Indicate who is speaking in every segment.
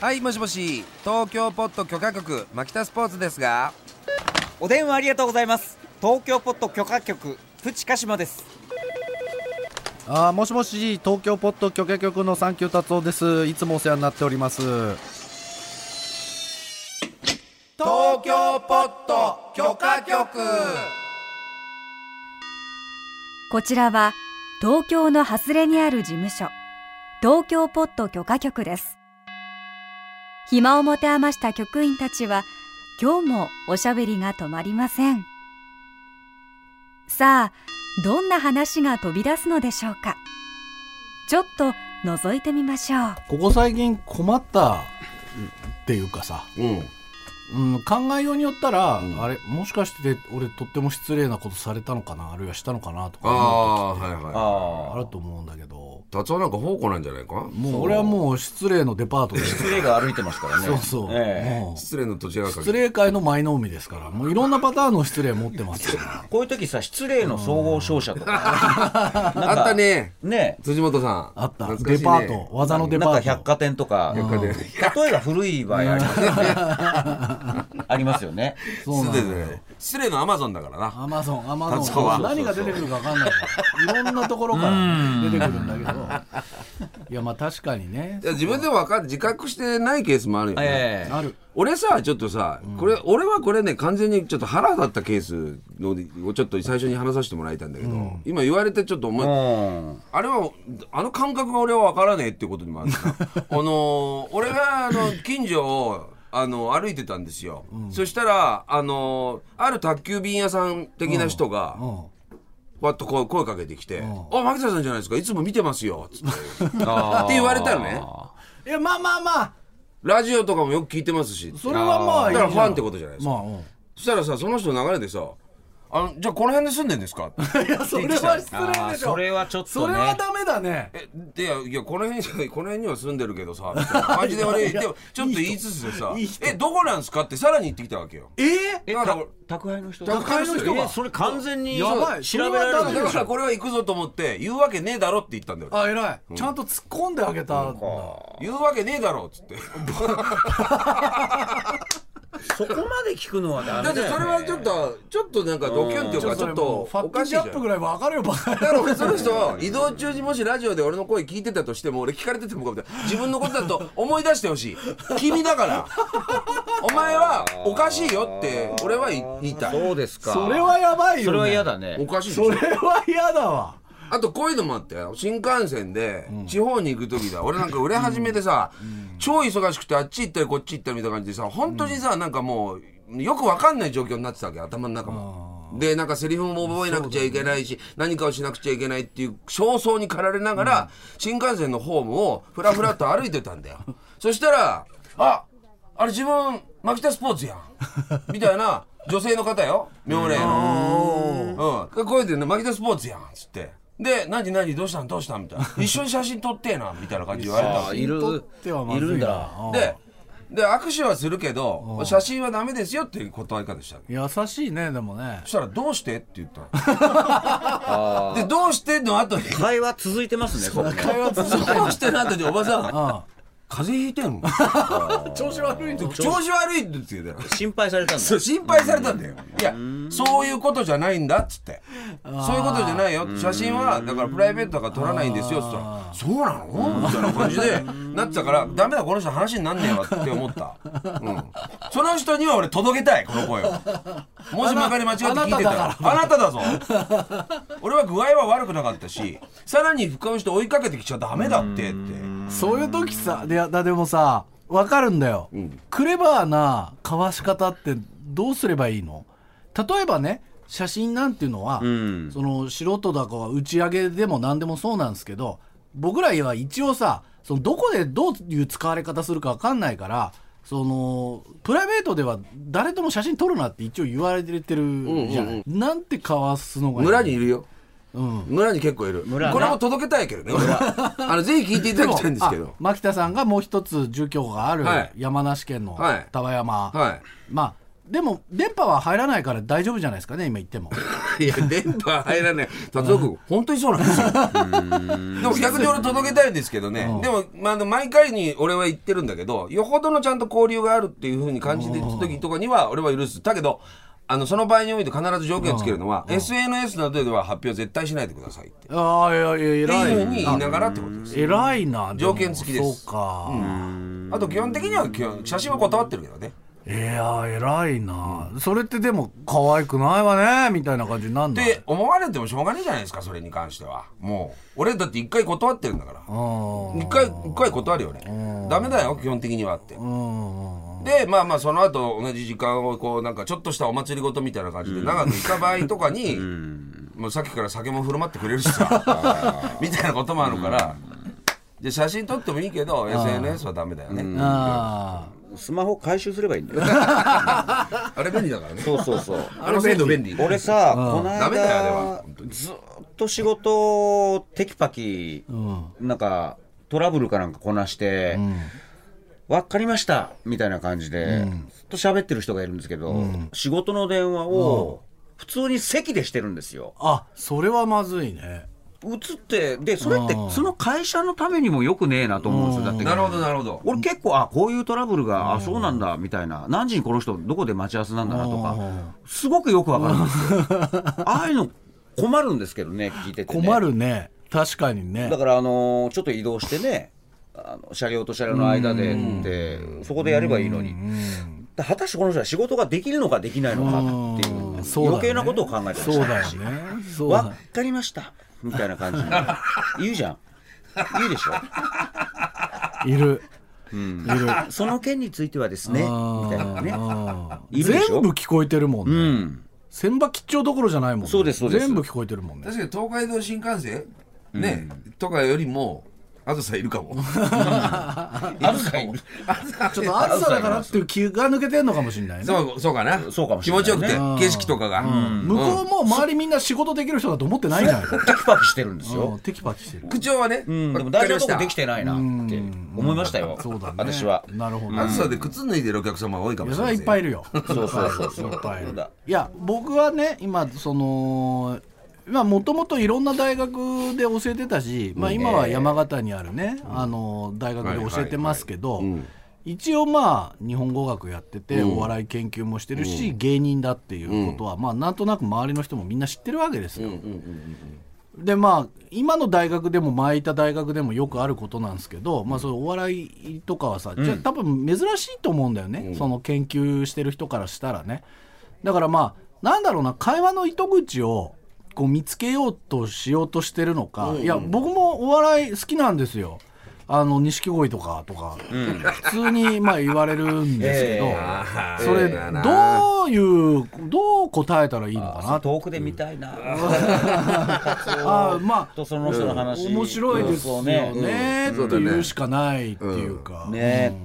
Speaker 1: はいもしもし東京ポット許可局牧田スポーツですが
Speaker 2: お電話ありがとうございます東京ポット許可局プチカシマです
Speaker 3: あーもしもし東京ポッド許可局のサンキュー達夫ですいつもお世話になっております
Speaker 1: 東京ポット許可局
Speaker 4: こちらは東京の外れにある事務所、東京ポット許可局です。暇を持て余した局員たちは、今日もおしゃべりが止まりません。さあ、どんな話が飛び出すのでしょうか。ちょっと覗いてみましょう。
Speaker 5: ここ最近困ったっていうかさ、
Speaker 6: うん
Speaker 5: うん、考えようによったら、
Speaker 6: うん
Speaker 5: あれもしかして俺とっても失礼なことされたのかなあるいはしたのかなと
Speaker 6: あ
Speaker 5: か
Speaker 6: あ
Speaker 5: 思う時っ
Speaker 6: はい
Speaker 5: て
Speaker 6: は
Speaker 2: あ
Speaker 5: あると思うんだけど
Speaker 6: い達夫なんか宝庫なんじゃないか
Speaker 5: もう俺はもう失礼のデパート で
Speaker 2: 失礼が歩いてますからね
Speaker 5: そうそう、
Speaker 2: ええ
Speaker 5: もう
Speaker 6: 失礼のどちらか
Speaker 5: 失礼界の舞の海ですからもういろんなパターンの失礼持ってますから
Speaker 2: こういう時さ失礼の総合商社とか
Speaker 6: あったね
Speaker 2: ね
Speaker 6: 辻本さん
Speaker 5: あった、
Speaker 6: 懐か
Speaker 5: デ
Speaker 6: しい
Speaker 5: パ
Speaker 6: ね
Speaker 5: ート技のデ
Speaker 2: なん
Speaker 5: パ
Speaker 2: か
Speaker 5: ー
Speaker 2: 百
Speaker 5: ト
Speaker 2: 貨店とか
Speaker 6: 百貨店
Speaker 2: 例えば古い場合ありますよねありますよね
Speaker 5: そうな
Speaker 6: 失
Speaker 5: んだ
Speaker 6: 礼
Speaker 5: よ
Speaker 6: だよ失礼のアマゾンだからな
Speaker 5: アマゾンアマ
Speaker 6: 立
Speaker 5: ゾ
Speaker 6: 川
Speaker 5: ン何が出てくるか分かんないからいろんなところから出てくるんだけどいやまあ確かにね
Speaker 6: いや自分でもわかん自覚してないケースもあるよね、
Speaker 2: ええ
Speaker 5: ある
Speaker 6: 俺さちょっとさ、これ俺はこれね完全にちょっと腹立ったケースのをちょっと最初に話させてもらいたいんだけど、今言われてちょっと思い、
Speaker 2: うん
Speaker 6: あれはあの感覚が俺は分からねえってことにも あるなあのー俺があの近所をあの歩いてたんですよ、そしたらあのーある宅急便屋さん的な人が、
Speaker 5: うん
Speaker 6: わっとこう声かけてきて「
Speaker 5: ん
Speaker 6: あ牧田さんじゃないですかいつも見てますよ」つって って言われたのね
Speaker 5: いやまあまあまあ
Speaker 6: ラジオとかもよく聞いてますし
Speaker 5: それはまあいい
Speaker 6: だか
Speaker 5: じゃ
Speaker 6: ら
Speaker 5: ん
Speaker 6: ファンってことじゃないですか、
Speaker 5: まあうん
Speaker 6: そしたらさその人流れでさ「あのじゃあこの辺で住んでんですか?」
Speaker 5: いやそれは失礼でしょ
Speaker 2: あーそれはちょっとね
Speaker 5: それはダメだね
Speaker 6: えでいやいやこの辺に この辺には住んでるけどさみたいな感じで俺でもちょっと言いつつでさ
Speaker 5: いい人
Speaker 6: えどこなんですか?」ってさらに言ってきたわけよ
Speaker 5: えー
Speaker 2: え
Speaker 6: だから
Speaker 2: た宅配の人
Speaker 6: 宅配の人が
Speaker 2: えそれ完全に
Speaker 5: やばい
Speaker 2: 調べられる
Speaker 5: それはダ
Speaker 6: だ
Speaker 5: メ
Speaker 2: じゃん
Speaker 6: からこれは行くぞと思って「言うわけねえだろ」って言ったんだよ
Speaker 5: あ偉いちゃんと突っ込んであげたんだ
Speaker 6: 言うわけねえだろっつって
Speaker 2: そこまで聞くのはダメ
Speaker 6: だって
Speaker 2: だよ、ね、
Speaker 6: それはちょっとちょっとなんかドキュンっていうかちょっと
Speaker 5: ファ
Speaker 6: お
Speaker 5: ッテ
Speaker 6: か
Speaker 5: ィ
Speaker 6: しい
Speaker 5: ジ
Speaker 6: じゃ
Speaker 5: ャ
Speaker 6: ん
Speaker 5: ップぐらい分かるよバカ
Speaker 6: だ から俺その人移動中にもしラジオで俺の声聞いてたとしても俺聞かれててもこうみたいな自分のことだと思い出してほ しい君だからお前はおかしいよって俺は言い言いたい
Speaker 2: そうですか
Speaker 5: それはやばいよね
Speaker 2: それは嫌だね
Speaker 6: おかしいでし
Speaker 5: そ
Speaker 6: ょ
Speaker 5: れは嫌だわ
Speaker 6: あとこういうのもあって新幹線で地方に行く時だ、俺なんか売れ始めでさ、超忙しくてあっち行ったりこっち行ったりみたいな感じでさ本当にさ、なんかもうよくわかんない状況になってたわけ頭の中も。でなんかセリフも覚えなくちゃいけないし、何かをしなくちゃいけないっていう焦燥に駆られながら、新幹線のホームをふらふらと歩いてたんだよそしたら「ああれ自分牧田スポー ツやん」みたいな女性の方よ妙齢のうん声でね「牧田スポーツやん」っつってで「何何どうしたんどうしたん」み たいな「一緒に写真撮ってえな」みたいな感じで言われたわ
Speaker 2: あ
Speaker 6: け
Speaker 2: いる
Speaker 5: 取ってはま
Speaker 2: い
Speaker 5: ずいな
Speaker 2: るんだ
Speaker 6: でで握手はするけど写真はダメですよっていう断り方したの
Speaker 5: 優しいねでもね
Speaker 6: そしたら「どうして?」って言 ったので「どうして?」の後に
Speaker 2: 会話続いてますねこれね
Speaker 5: 会話
Speaker 6: 「
Speaker 5: 続
Speaker 6: どうして?」の後におばさん「風邪ひいてんの
Speaker 5: 調子悪いんだ
Speaker 6: 調子悪い」って言ってたよ
Speaker 2: 心配されたんだ
Speaker 6: そう心配されたんだよ。いや、そういうことじゃないんだっつって。そういうことじゃないよ。写真は、だからプライベートだから撮らないんですよっつったら、そうなのみたいな感じで、なってたから、ダメだ、この人話になんねえわって思った。うん。その人には俺届けたい、この声 を。もしまかり間違って聞いてたら、あなただぞ。俺は具合は悪くなかったし、さらに他の人追いかけてきちゃダメだってって。
Speaker 5: そういう時さでだでもさ分かるんだよ、クレバーなかわし方ってどうすればいいの例えばね写真なんていうのは、
Speaker 2: ん
Speaker 5: その素人だかは打ち上げでも何でもそうなんですけど僕らは一応さそのどこでどういう使われ方するか分かんないからそのプライベートでは誰とも写真撮るなって一応言われてるじゃない、なんてかわすのがいいの
Speaker 6: 村にいるよ。村に結構いる。こ
Speaker 2: 村な
Speaker 6: れも届けたいけどね、俺は。 あの、ぜひ聞いていただきたいんですけ
Speaker 5: あ
Speaker 6: ど。
Speaker 5: 牧田さんがもう一つ住居がある
Speaker 6: はい
Speaker 5: 山梨県の
Speaker 6: はい
Speaker 5: 丹波山、
Speaker 6: はい
Speaker 5: まあでも電波は入らないから大丈夫じゃないですかね今言っても
Speaker 6: いや電波入らない達夫君本当にそうなんですよでも逆に俺届けたいんですけどねでも、まああの、毎回に俺は言ってるんだけどよほどのちゃんと交流があるっていうふうに感じてる時とかには俺は許すだけどあのその場合において必ず条件をつけるのは SNS などでは発表絶対しないでくださいって
Speaker 5: ああいやいや
Speaker 6: ってい
Speaker 5: 偉
Speaker 6: う
Speaker 5: い
Speaker 6: ふうに言いながらってことです
Speaker 5: 偉いな
Speaker 6: 条件付きです
Speaker 5: そうか、
Speaker 6: あと基本的には基本写真は断ってるけどね
Speaker 5: いやー偉いな、それってでも可愛くないわねみたいな感じになん
Speaker 6: っ
Speaker 5: だ
Speaker 6: て思われてもしょうがないじゃないですかそれに関してはもう俺だって一回断ってるんだから
Speaker 5: うん
Speaker 6: 一回一回断るよねダメだよ基本的にはって
Speaker 5: うん
Speaker 6: でまあまあその後同じ時間をこうなんかちょっとしたお祭りごとみたいな感じで長く行った場合とかにもうさっきから酒も振る舞ってくれるしさみたいなこともあるからで写真撮ってもいいけど SNS はダメだよね
Speaker 5: あ
Speaker 7: スマホ回収すればいいんだ よ
Speaker 6: あれ便利だからね
Speaker 7: そうそうそう
Speaker 6: あの制度便利
Speaker 7: 俺さ、この
Speaker 6: ダメだよあれは
Speaker 7: 間
Speaker 6: 本当に
Speaker 7: ずーっと仕事をテキパキ、なんかトラブルかなんかこなして、わかりましたみたいな感じで、ずっと喋ってる人がいるんですけど、仕事の電話を普通に席でしてるんですよ。
Speaker 5: ああそれはまずいね
Speaker 7: 映ってでそれってその会社のためにもよくねえなと思うんですよだって
Speaker 6: なるほどなるほど
Speaker 7: 俺結構あこういうトラブルがあそうなんだみたいな何時にこの人どこで待ち合わせなんだなとかすごくよくわかるんですよああいうの困るんですけどね聞いてて、ね、
Speaker 5: 困るね確かにね
Speaker 7: だからあのーちょっと移動してねあの車両と車両の間でってそこでやればいいのにだ果たしてこの人は仕事ができるのかできないのかっていう
Speaker 5: うんそうだよね
Speaker 7: 余計なことを考えてま
Speaker 5: そう
Speaker 7: した
Speaker 5: だよねそうだ
Speaker 7: わっかりましたみたいな感 じで言うじゃん言うでしょ
Speaker 5: いる
Speaker 7: その件についてはですねみたいなねいるでしょ
Speaker 5: 全部聞こえてるもんね、
Speaker 7: うん
Speaker 5: 千葉吉兆どころじゃないもんね
Speaker 7: そうですそうです
Speaker 5: 全部聞こえてるもんね
Speaker 6: 確かに東海道新幹線ね、とかよりもあずさいるかもあずさいる
Speaker 5: ちょっと暑さだからっていう気が抜けてんのかもしれない ね
Speaker 6: そうそうかな
Speaker 7: そうかも
Speaker 6: 気
Speaker 7: しれな
Speaker 6: 持ち
Speaker 7: いね
Speaker 6: よくて景色とかが、
Speaker 5: 向こうも周りみんな仕事できる人だと思ってないんじゃないか
Speaker 7: テキパキしてるんです
Speaker 5: うん
Speaker 7: よ
Speaker 5: テキパキしてる
Speaker 6: 口調はね、
Speaker 7: うんでも
Speaker 6: わかり
Speaker 7: 大
Speaker 6: ま
Speaker 7: 事な
Speaker 6: し
Speaker 7: と
Speaker 6: た
Speaker 7: こできてないなって思いましたよ
Speaker 5: そうだね
Speaker 7: 私は
Speaker 5: なるほどね
Speaker 6: あずさで靴脱いでるお客様が多いか
Speaker 5: い
Speaker 6: も
Speaker 5: や
Speaker 6: し
Speaker 5: そ
Speaker 6: れな
Speaker 5: れはいいっぱいいるよ
Speaker 7: そうそうそうそう
Speaker 5: いっぱいいる
Speaker 7: だ
Speaker 5: いや僕はね今そのもともといろんな大学で教えてたし、まあ、今は山形にあるね、あの大学で教えてますけど、一応まあ日本語学やってて、お笑い研究もしてるし、芸人だっていうことは、まあなんとなく周りの人もみんな知ってるわけですよ。でまあ今の大学でも前いた大学でもよくあることなんですけど、まあ、そういうお笑いとかはさ、じゃあ多分珍しいと思うんだよね、その研究してる人からしたらねだからまあなんだろうな会話の糸口をこう見つけようとしようとしてるのか、いや僕もお笑い好きなんですよあの錦鯉とかとか、普通にまあ言われるんですけど、それどういうどう答えたらいいのかな
Speaker 7: あ遠くで見たいな
Speaker 5: あーまあ
Speaker 7: とその人の話
Speaker 5: 面白いですよね
Speaker 7: そうね
Speaker 5: っていうしかないっていうか、
Speaker 7: ね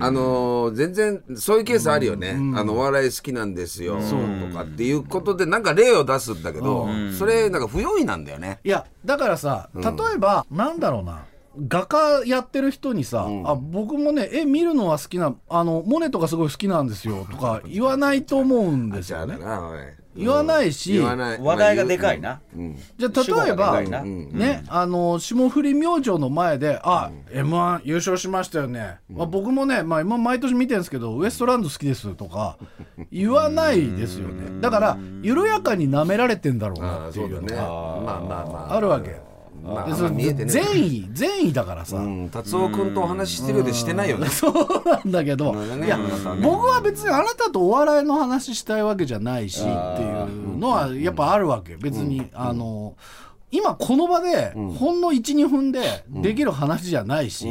Speaker 6: あのー全然そういうケースあるよね、あのお笑い好きなんですよとかっていうことでなんか例を出すんだけど、それなんか不用意なんだよね
Speaker 5: いやだからさ例えば、なんだろうな画家やってる人にさ、あ僕もね絵見るのは好きなあのモネとかすごい好きなんですよとか言わないと思うんです
Speaker 6: じゃ
Speaker 5: よ
Speaker 6: あ
Speaker 5: ね
Speaker 6: だなおい
Speaker 5: 言わないし、
Speaker 6: 言わない
Speaker 7: 話題がでかいな
Speaker 6: うん
Speaker 5: じゃあ例えば、
Speaker 7: 主語がでかいな
Speaker 5: ね、あの霜降り明星の前で「あ、m 1優勝しましたよね、まあ、僕もね、まあ、今毎年見てるんですけどウエストランド好きです」とか言わないですよねだから緩やかに舐められてんだろうな
Speaker 6: あ
Speaker 5: ってい
Speaker 6: そう
Speaker 5: う
Speaker 6: だ
Speaker 5: の
Speaker 6: ね
Speaker 5: が
Speaker 6: まあまあまあ
Speaker 5: あるわけ、
Speaker 6: まあ
Speaker 5: で
Speaker 6: あん
Speaker 5: そ
Speaker 6: ま
Speaker 5: れ
Speaker 6: 見えてね
Speaker 5: 善意善意だからさ、
Speaker 6: うん達夫君とお話ししてるようでしてないよね
Speaker 5: そうなんだけど、
Speaker 6: ん
Speaker 5: いや、
Speaker 6: うん
Speaker 5: 僕は別にあなたとお笑いの話したいわけじゃないしっていうのはやっぱあるわけ別に、あの今この場でほんの12分でできる話じゃないし、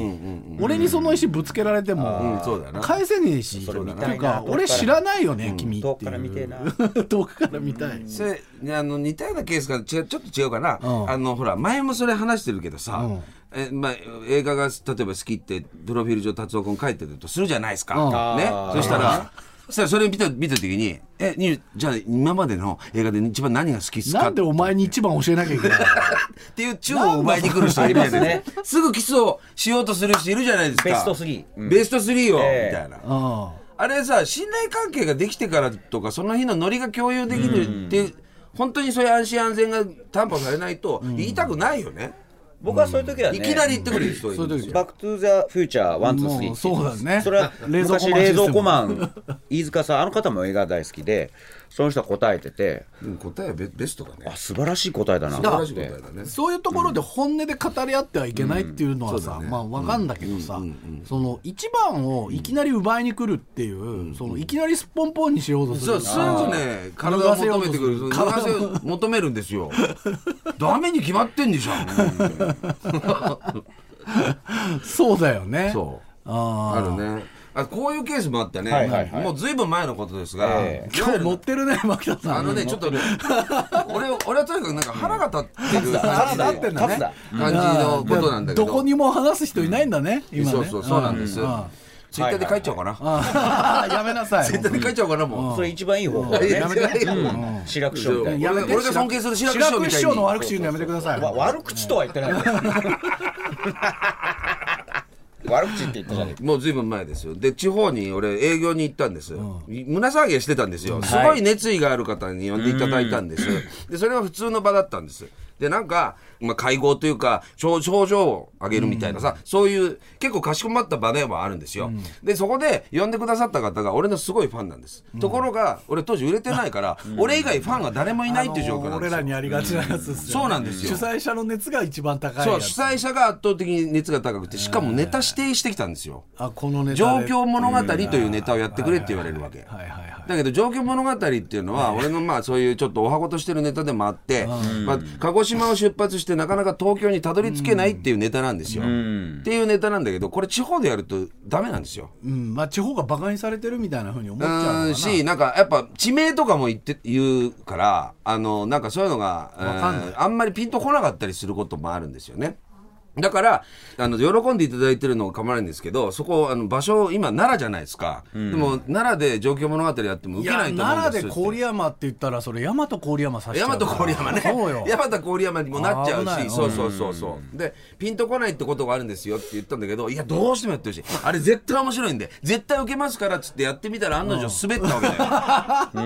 Speaker 5: 俺にその石ぶつけられても、
Speaker 6: うんそうだよな
Speaker 5: 返せねえしって
Speaker 7: れ
Speaker 5: い
Speaker 7: 見た
Speaker 5: う
Speaker 7: いな
Speaker 5: か俺知らないよね、
Speaker 7: う
Speaker 5: 君
Speaker 7: ん
Speaker 5: って
Speaker 7: 遠く
Speaker 5: いう
Speaker 7: から見てえな
Speaker 5: 遠くから見たい、
Speaker 6: それねあの似たようなケースがちょちょっと違うかな、
Speaker 5: うん
Speaker 6: あのほら前もそれ話してるけどさ、
Speaker 5: うん
Speaker 6: えまあ、映画が例えば好きってプロフィール上達夫君書いてるとするじゃないですか、
Speaker 5: う
Speaker 6: ね
Speaker 7: あー
Speaker 6: そしたら。そしたらそれを見た見た時に「えにじゃあ今までの映画で一番何が好きっすか?」
Speaker 5: なんでお前に一番教えなきゃいけないの
Speaker 6: っていう宙を奪いに来る人いるじゃない
Speaker 7: なん
Speaker 6: です
Speaker 7: だ
Speaker 6: かすぐキスをしようとする人いるじゃないですか
Speaker 7: ベスト3
Speaker 6: ベスト3を、
Speaker 7: ええ
Speaker 6: みたいな
Speaker 5: うん
Speaker 6: あれさ信頼関係ができてからとかその日のノリが共有できるって、本当にそういう安心安全が担保されないと言いたくないよね、
Speaker 7: 僕はそういう時はね
Speaker 6: いきなり言ってくる人いるんですよ
Speaker 7: バックトゥーザフューチャーワンツースリー
Speaker 5: もうそうだね
Speaker 7: それは
Speaker 5: 冷蔵庫マン
Speaker 7: 昔
Speaker 5: システム
Speaker 7: 冷蔵庫マン飯塚さんあの方も映画大好きでその人は答えてて
Speaker 6: うん答えはベベストだね
Speaker 7: あ素晴らしい答えだな
Speaker 6: 素晴
Speaker 7: っ
Speaker 6: らしい答え
Speaker 7: て
Speaker 6: だね
Speaker 5: そういうところで本音で語り合ってはいけないっていうのはさ、まあわかんだけどさ、その一番をいきなり奪いに来るっていう、そのいきなりすっぽんぽんにしようとす
Speaker 6: そ
Speaker 5: る
Speaker 6: うすぐね体を求めてくる
Speaker 5: 脱
Speaker 6: 脱
Speaker 5: が
Speaker 6: が
Speaker 5: せ
Speaker 6: せ
Speaker 5: よう
Speaker 6: を求めるんですよダメに決まってんでしょ
Speaker 5: そうだよね。
Speaker 6: そう
Speaker 5: あ
Speaker 6: あるねあこういうケースもあったね、
Speaker 7: はいはいはい
Speaker 6: もうずいぶん前のことですが、
Speaker 7: え
Speaker 5: ー今日乗ってるね、牧田さん。
Speaker 6: あのね、ちょっとね、俺、俺はとにかくなんか腹が立ってる感じで
Speaker 7: 立ってんだね立つ
Speaker 6: 感じのことなんだけど。
Speaker 5: どこにも話す人いないんだね、今ね。
Speaker 6: そうそう、そうなんです。ツイ
Speaker 5: う
Speaker 6: ッターで書いちゃおうかな。ツ
Speaker 5: あーやめなさい。
Speaker 6: イッターで書いちゃおうかな、も。
Speaker 7: そうれ一番いい方法
Speaker 6: い
Speaker 7: ね
Speaker 6: やめて
Speaker 7: うん志らく師匠みたい
Speaker 6: うん
Speaker 7: に
Speaker 5: やめて
Speaker 6: 俺が尊敬する志らく師匠みたいに
Speaker 5: 志らく師匠の悪口言うのやめてください。
Speaker 7: わ悪口とは言って ない悪口って言ったじゃない
Speaker 6: もうずいぶん前ですよ。で、地方に俺営業に行ったんです。胸騒ぎしてたんですよ。すごい熱意がある方に呼んでいただいたんです。で、それは普通の場だったんです。で、なんか、まあ、会合というか、症症状を上げるみたいなさ、そういう、結構かしこまった場ではあるんですよ。で、そこで呼んでくださった方が俺のすごいファンなんです。ところが、俺当時売れてないから、俺以外ファンが誰もいないっていう状況なんで
Speaker 5: 俺
Speaker 6: す
Speaker 5: ら
Speaker 6: よ。
Speaker 5: にありがちなやつですよね
Speaker 6: そうなんですよ
Speaker 5: 主催者の熱が一番高い
Speaker 6: そ
Speaker 5: や
Speaker 6: う、
Speaker 5: つ
Speaker 6: 主催者が圧倒的に熱が高くて、しかもネタ指定してきたんですよ。
Speaker 5: あこのネ
Speaker 6: 状
Speaker 5: タで
Speaker 6: 況物語というネタをやってくれって言われるわけ。
Speaker 5: はいはいはい
Speaker 6: だけど状況物語っていうのは俺のまあそういうちょっとおはことしてるネタでもあって、まあ、鹿児島を出発してなかなか東京にたどり着けないっていうネタなんですよ。っていうネタなんだけどこれ地方でやるとダメなんですよ。
Speaker 5: うんまあ地方がバカにされてるみたいなふうに思っ
Speaker 6: う
Speaker 5: ちゃうのか
Speaker 6: ー
Speaker 5: なん
Speaker 6: しなんかやっぱ地名とかも言って言うからあのなんかそういうのがえ
Speaker 5: かんない
Speaker 6: ーあんまりピンとこなかったりすることもあるんですよね。だからあの喜んでいただいてるのも構わないんですけどそこあの場所今奈良じゃないですか、でも奈良で状況物語やっても
Speaker 5: い
Speaker 6: 受け
Speaker 5: や
Speaker 6: ないと思うんで
Speaker 5: 奈
Speaker 6: す
Speaker 5: 良
Speaker 6: よ
Speaker 5: で郡山って言ったらそれ大和郡山させちゃ
Speaker 6: 大
Speaker 5: う
Speaker 6: 和郡山ね
Speaker 5: そうよ
Speaker 6: 大和郡山にもなっちゃう
Speaker 5: 危ない
Speaker 6: し
Speaker 5: よ
Speaker 6: そうそうそうそうでピンとこないってことがあるんですよって言ったんだけどいやどうしてもやってほしいあれ絶対面白いんで絶対受けますからっつってやってみたら案の定滑ったわけだよ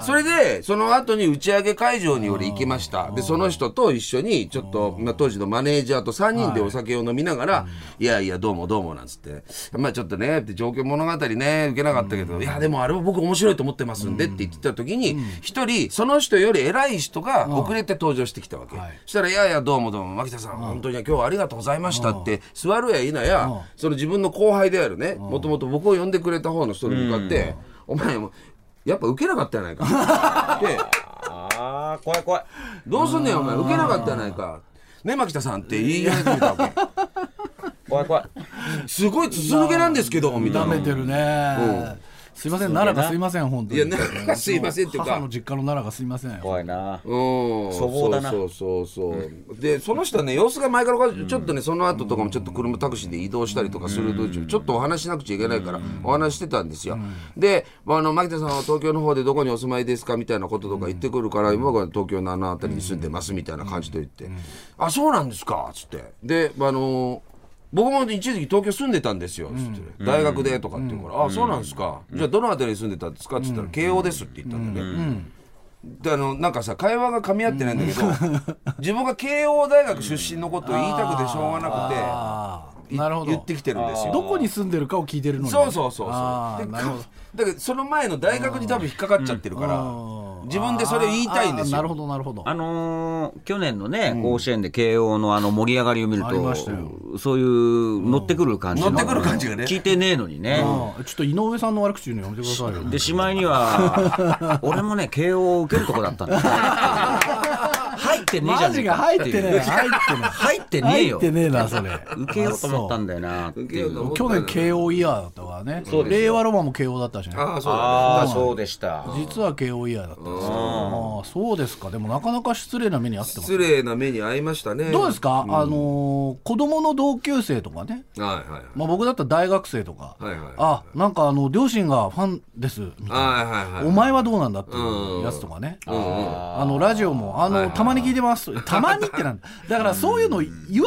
Speaker 6: それでその後に打ち上げ会場に俺行きましたでその人と一緒にちょっと、まあ、当時のマネージャーと3人でお酒を飲みながら「い、やいやどうもどうも」なんつって「まあちょっとね」って状況物語ね受けなかったけど「いやでもあれは僕面白いと思ってますんで」って言ってた時に一人その人より偉い人が遅れて登場してきたわけ、
Speaker 5: はい
Speaker 6: そしたら「いやいやどうもどうも牧田さん本当に今日はありがとうございました」って座るや否やその自分の後輩であるねもともと僕を呼んでくれた方の人に向かって「お前もやっぱ受けなかったやないか」 で
Speaker 7: あー怖い怖い
Speaker 6: どうすんねんお前受けなかったやないかね牧田さんって言い始めた わ
Speaker 7: 怖い怖い
Speaker 6: けすごい筒抜けなんですけどみたい
Speaker 5: 舐
Speaker 6: な
Speaker 5: めてるねすいません奈良がすいません本当に
Speaker 6: いや奈良がすいませんっていうか
Speaker 5: 母の実家の奈良がすいません
Speaker 7: 怖いな
Speaker 6: うん
Speaker 7: 粗暴だな
Speaker 6: そうそうそうそう、でその人はね様子が前からおかしいちょっとねその後とかもちょっと車タクシーで移動したりとかする途中ちょっとお話しなくちゃいけないからお話してたんですよ、で、まあ、あの牧田さんは東京の方でどこにお住まいですかみたいなこととか言ってくるから、今から東京のあの辺りに住んでますみたいな感じで言って「あそうなんですか」つってで、まああの僕も一時期東京住んでたんですよ」つって、大学で」とかって言うから「あそうなんですか、じゃあどの辺りに住んでたんですか?」っつったら「慶応です」って言ったんだよね、であのなんかさ会話が噛み合ってないんだけど、 自分が慶応大学出身のことを言いたくてしょうがな
Speaker 5: あ
Speaker 6: くて
Speaker 5: ー
Speaker 6: い
Speaker 5: なるほど
Speaker 6: 言ってきてるんですよ
Speaker 5: どこに住んでるかを聞いてるのにね
Speaker 6: そうそうそうそう
Speaker 5: あー
Speaker 6: で
Speaker 5: なるほど
Speaker 6: だけどその前の大学に多分引っかかっちゃってるから、自分でそれを言いたいんです
Speaker 5: あーなる
Speaker 6: よ
Speaker 5: ほどなるほど
Speaker 7: あのー去年のね、甲子園で慶応のあの盛り上がりを見る
Speaker 5: ありました
Speaker 7: と、そういう乗ってくる感じの、
Speaker 6: 乗ってくる感じがね
Speaker 7: 聞いてねえのにね、
Speaker 5: うんちょっと井上さんの悪口言うのやめてくださいよ
Speaker 7: でしまいに は、俺もね、慶応を受けるとこだったんだ入ってねえじゃ
Speaker 5: マ
Speaker 7: ね
Speaker 5: ジ
Speaker 7: え
Speaker 5: が
Speaker 7: か
Speaker 5: 入っ
Speaker 7: って
Speaker 5: て
Speaker 7: い
Speaker 5: ね
Speaker 7: う
Speaker 5: えな入って ね
Speaker 7: 入って
Speaker 5: え
Speaker 7: ねえ
Speaker 5: 入
Speaker 7: よ
Speaker 5: って、ねえな それ
Speaker 7: 受けようと思ったんだよなって
Speaker 6: 受け
Speaker 7: い
Speaker 6: ようと
Speaker 7: う
Speaker 6: 思。った
Speaker 5: 去年慶応イヤーだったからね令和ロマンも慶応だったしね
Speaker 6: ああそうだ
Speaker 7: あ
Speaker 6: ね
Speaker 7: あ、そうでした。
Speaker 5: 実は慶応イヤーだったんですよああそうですかでもなかなか失礼な目にあってます
Speaker 6: 失礼な目に遭いましたね
Speaker 5: どうですか、あのー子供の同級生とかね、
Speaker 6: はいはいはい
Speaker 5: まあ、僕だったら大学生とか、
Speaker 6: はいはいはい
Speaker 5: あなんかあの両親がファンですみたいな、
Speaker 6: はいはいはい
Speaker 5: お前はどうなんだっていうやつとかね、あのラジオもあの、たまに聞いてますたまにってなんだだからそういうの言わない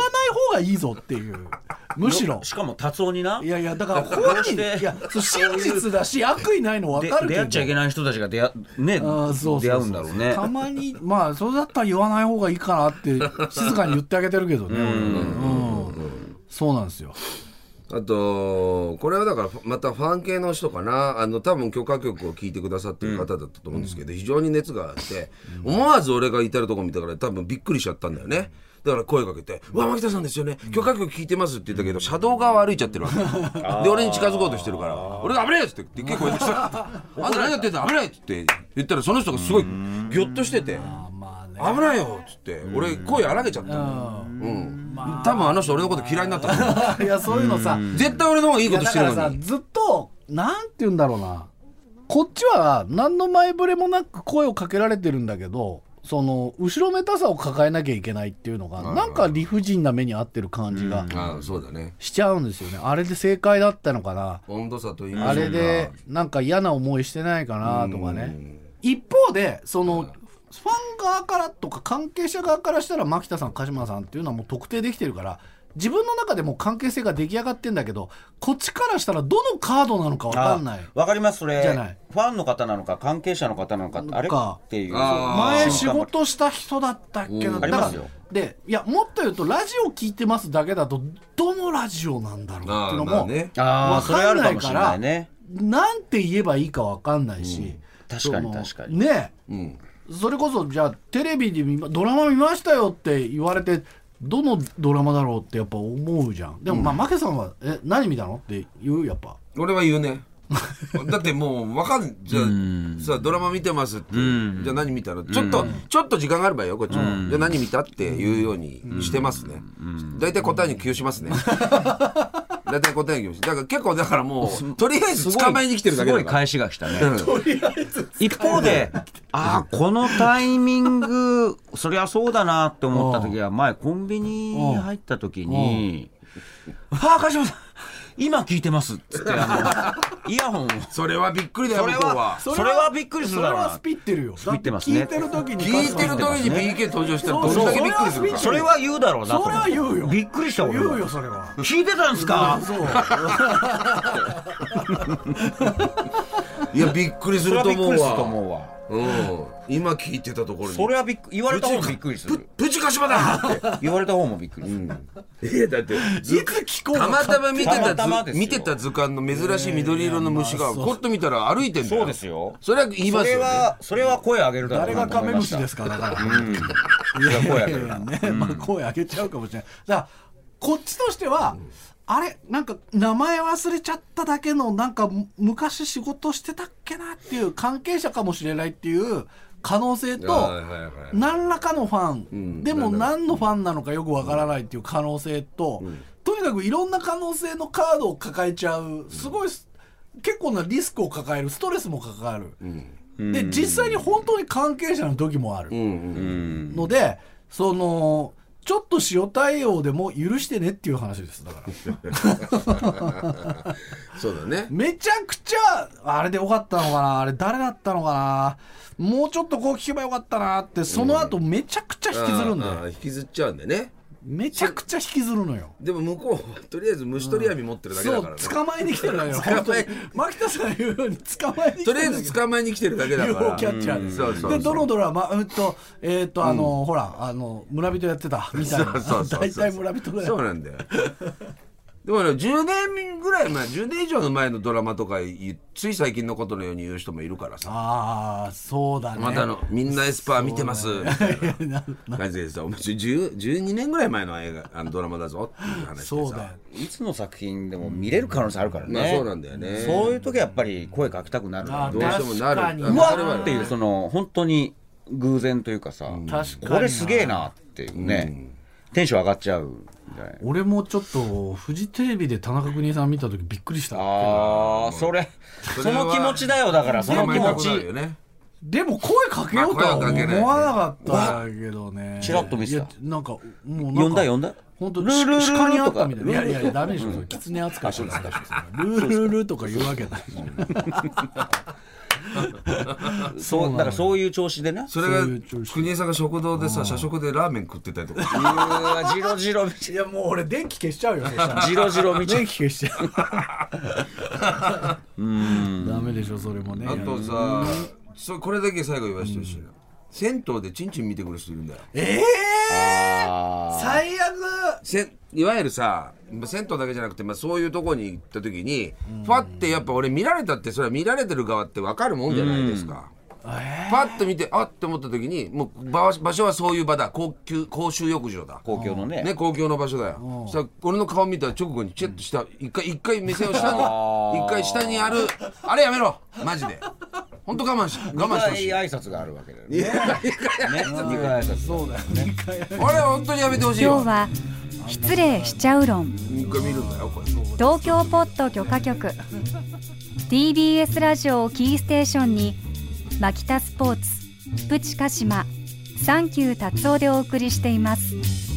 Speaker 5: 方がいいぞっていうむしろ
Speaker 7: しかも達夫にない
Speaker 5: やいやだから
Speaker 7: だか
Speaker 5: 本
Speaker 7: らこう
Speaker 5: 人
Speaker 7: して
Speaker 5: いやそう真実だし悪意ないの分
Speaker 7: で
Speaker 5: かるけ
Speaker 7: 出
Speaker 5: ど
Speaker 7: 会っちゃいけない人たちが出会,、ね、
Speaker 5: あーそうそうそう
Speaker 7: 出会うんだろうね
Speaker 5: たまにまあそれだったら言わない方がいいかな って静かに言ってあげてるけどね俺はうんそうなんですよ
Speaker 6: あとこれはだからまたファン系の人かなあの多分許可曲を聴いてくださってる方だったと思うんですけど、非常に熱があって、思わず俺が至るとこ見たから多分びっくりしちゃったんだよねだから声かけて「うわ牧田さんですよね許可曲聴いてます」って言ったけど車道側を歩いちゃってるわけで俺に近づこうとしてるから「俺が危ないやつ!」ってでっけえ声出 した「あんた何やってんだ危ない!」って言ったらその人がすごいギョッとしてて「危ないよ!」っつって俺声荒げちゃったのうん多分あの人俺のこと嫌いになったの
Speaker 5: いやそういうのさ
Speaker 6: 絶対俺の方がいい
Speaker 5: い
Speaker 6: こ
Speaker 5: や
Speaker 6: と
Speaker 5: だ
Speaker 6: して
Speaker 5: か
Speaker 6: る
Speaker 5: ら
Speaker 6: の
Speaker 5: さ
Speaker 6: に
Speaker 5: ずっとなんて言うんだろうなこっちは何の前触れもなく声をかけられてるんだけどその後ろめたさを抱えなきゃいけないっていうのがなんか理不尽な目に遭ってる感じが
Speaker 6: ああそうだね
Speaker 5: しちゃうんですよねあれで正解だったのかな
Speaker 6: 温度差というか
Speaker 5: あれでなんか嫌な思いしてないかなとかね一方でそのファン側からとか関係者側からしたら牧田さん鹿島さんっていうのはもう特定できてるから自分の中でもう関係性が出来上がってんだけどこっちからしたらどのカードなのか分かんない
Speaker 7: あわかりますそれ
Speaker 5: じゃない
Speaker 7: ファンの方なのか関係者の方なのかあれ
Speaker 5: か
Speaker 7: っていう
Speaker 6: あ
Speaker 5: 前仕
Speaker 7: 瞬間も
Speaker 5: 事した人だったっけな、
Speaker 6: うん
Speaker 7: あり
Speaker 5: だ
Speaker 7: ま
Speaker 5: か
Speaker 7: す
Speaker 5: ら
Speaker 7: よ
Speaker 5: でいやもっと言うとラジオ聞いてますだけだとどのラジオなんだろうっていうの
Speaker 6: あーま
Speaker 5: も
Speaker 6: あね
Speaker 7: あー
Speaker 5: 分かんない
Speaker 7: そ
Speaker 5: か
Speaker 7: れあるからもしれないね
Speaker 5: なんて言えばいいか分かんないし、
Speaker 7: 確かに
Speaker 5: その
Speaker 7: 確かに
Speaker 5: ね
Speaker 6: うん
Speaker 5: それこそじゃあテレビで見まドラマ見ましたよって言われてどのドラマだろうってやっぱ思うじゃんでもまあ、マケさんは「え何見たの?」って言うやっぱ
Speaker 6: 俺は言う ねだってもうわかんじゃあさあドラマ見てますってじゃあ何見たらちょっとちょっと時間があればよこっちもじゃあ何見たって言うようにしてますね大体答えに寄与し ますね大体答えに寄与しだから結構だからもうとりあえず捕まえに来てるだけだ
Speaker 7: すごい
Speaker 6: から
Speaker 7: 返しが来たね。一方で、ああ、このタイミング、そりゃそうだなって思った時は、前コンビニに入った時に、ああ、柏さん、今聞いてますっつって、あ の、イヤホンを。
Speaker 6: それはびっくりだよ
Speaker 7: それ
Speaker 6: 向こう
Speaker 7: は、
Speaker 6: は
Speaker 7: それはびっくりするだろう
Speaker 5: それは
Speaker 7: な
Speaker 5: ス。ピってるよ
Speaker 7: ピってますね
Speaker 5: だって聞いてる時に
Speaker 6: 聞いてる時に BK 登場したらどれだけびっくりするか
Speaker 7: それは言うだろうなと思
Speaker 5: それ
Speaker 7: っ
Speaker 5: は
Speaker 7: て。
Speaker 5: 言うよ
Speaker 7: びっくりした俺
Speaker 5: 言
Speaker 7: も
Speaker 5: うよそれは
Speaker 7: 聞いてたんですか
Speaker 5: そう
Speaker 6: いやびっくりす
Speaker 7: それ
Speaker 6: る
Speaker 7: は
Speaker 6: と
Speaker 7: びっ
Speaker 6: 思う
Speaker 7: くりすると
Speaker 6: わ
Speaker 7: 思うわ。
Speaker 6: うん今聞いてたところに
Speaker 7: それはびっく言われた方もびっくりする。
Speaker 6: プチカシマ だって
Speaker 7: 言われた方もびっくりする。
Speaker 6: えだって
Speaker 5: いつ聞こう
Speaker 6: たまたま見てた
Speaker 7: たまたまで
Speaker 6: 図
Speaker 7: す
Speaker 6: 見
Speaker 7: よ
Speaker 6: てた図鑑の珍しい緑色の虫がポッと見たら歩いてんだよ
Speaker 7: そうですよ。
Speaker 6: それは言いま
Speaker 7: そ
Speaker 6: す
Speaker 7: れ
Speaker 6: よね
Speaker 7: は、それは声上げるだろ
Speaker 5: 誰
Speaker 7: うな
Speaker 5: が
Speaker 7: と
Speaker 5: カ
Speaker 7: 思
Speaker 5: メ
Speaker 7: いま
Speaker 5: ム
Speaker 7: した
Speaker 5: シですかだから
Speaker 7: いや声上
Speaker 5: い
Speaker 7: げ
Speaker 5: や
Speaker 7: る
Speaker 5: いやね、まあ声上げちゃうかもしれない。だからこっちとしては、あれなんか名前忘れちゃっただけのなんかむ昔仕事してたっけなっていう関係者かもしれないっていう可能性と
Speaker 6: はいはいはい
Speaker 5: 何らかのファン、
Speaker 6: ん
Speaker 5: でも何のファンなのかよくわからないっていう可能性と、とにかくいろんな可能性のカードを抱えちゃうすごいす結構なリスクを抱えるストレスもかかる、で実際に本当に関係者の時もある。
Speaker 6: うんうん
Speaker 5: のでそのちょっと塩対応でも許してねっていう話ですだから
Speaker 6: そうだね
Speaker 5: めちゃくちゃあれでよかったのかなあれ誰だったのかなもうちょっとこう聞けばよかったなってその後めちゃくちゃ引きずるんだ
Speaker 6: あーあ
Speaker 5: よ
Speaker 6: ー引きずっちゃうんでね
Speaker 5: めちゃくちゃ引きずるのよ
Speaker 6: でも向こうはとりあえず虫取り網持ってるだけ
Speaker 5: そ
Speaker 6: だ
Speaker 5: う
Speaker 6: からね
Speaker 5: 捕まえに来てるのよ
Speaker 6: 捕
Speaker 5: 本当
Speaker 6: まえ
Speaker 5: に牧田さん言うように捕まえに来て
Speaker 6: と
Speaker 5: る
Speaker 6: りあえず捕まえに来てるだけだから
Speaker 5: UFO キャッチャー
Speaker 6: う
Speaker 5: で
Speaker 6: ん
Speaker 5: す
Speaker 6: そうそうそう
Speaker 5: でどのドラマうんとえっ、とあの、ほらあの村人やってたみたい
Speaker 6: そ
Speaker 5: な
Speaker 6: うそうそうそう
Speaker 5: 大体村人だよ
Speaker 6: そうなんだよでもね10年ぐらい前10年以上の前のドラマとかいつい最近のことのように言う人もいるからさ
Speaker 5: ああそうだね
Speaker 6: またあのみんなエスパー見てますみたい
Speaker 5: いやな
Speaker 6: な感じでさお前10 12年ぐらい前の映画あのドラマだぞっていう話でさ
Speaker 5: そうだよ
Speaker 7: いつの作品でも見れる可能性あるからね、
Speaker 6: まあそうなんだよね
Speaker 7: そういう時はやっぱり声かけたくなるな
Speaker 5: あ
Speaker 6: どうしてもなる
Speaker 5: 確かに
Speaker 6: あ
Speaker 7: う
Speaker 6: まあそれは
Speaker 7: わっっていうその本当に偶然というかさ、
Speaker 5: 確かに
Speaker 7: これすげえなっていうね、テンション上がっちゃうみたいな
Speaker 5: 俺もちょっとフジテレビで田中邦衛さん見た時びっくりした
Speaker 7: あーそれ
Speaker 6: そ
Speaker 7: そ
Speaker 6: れは
Speaker 7: の気持ちだよだからその気持
Speaker 6: そういうのもあ
Speaker 7: ち
Speaker 6: るよね
Speaker 5: でも声かけようとは
Speaker 6: まあ声はかけない
Speaker 5: 思わなかったけどね
Speaker 7: チラッと見せた
Speaker 5: いやなんかもうなんか
Speaker 7: 呼んだ呼んだ
Speaker 5: 本当
Speaker 7: ルールル
Speaker 5: し鹿にあったみたい
Speaker 7: ル
Speaker 5: ない
Speaker 7: ール
Speaker 5: やいやいやダメでしょそれ狐扱いしますからルールルーとか言うわけない
Speaker 7: そうだからそういう調子でな
Speaker 6: それが国枝さんが食堂でさ社食でラーメン食ってたりとか
Speaker 7: うわジロジロ
Speaker 5: いやもう俺電気消しちゃ うよそしたら
Speaker 7: ジロジロ見ちゃう
Speaker 5: 電気消しちゃう ダメでしょそれもね
Speaker 6: あとさそうこれだけ最後言わせてほしいな銭湯でチンチン見てくる人いるんだよ
Speaker 5: ええー、最悪
Speaker 6: せんいわゆるさまあ銭湯だけじゃなくて、まあ、そういうとこに行った時にファってやっぱ俺見られたってそれは見られてる側って分かるもんじゃないですか。パッと見てあっって思った時にもう場場所はそういう場だ高級公衆浴場だ
Speaker 7: 公共のね
Speaker 6: ね公共の場所だよさ俺の顔見た直後にチェッとした一回一回目線を下に一回下にあるあれやめろマジで本当我慢し我慢してほしい
Speaker 7: 苦い挨拶があるわけだよね。ね苦い挨拶。そうだよね。
Speaker 6: 俺本当にやめてほしい
Speaker 4: 今
Speaker 6: よ
Speaker 4: 日は失礼しちゃう論
Speaker 6: 一回見るんだよこれ
Speaker 4: 東京ポット許可局 TBS ラジオをキーステーションにマキタスポーツプチカシマサンキュー達夫でお送りしています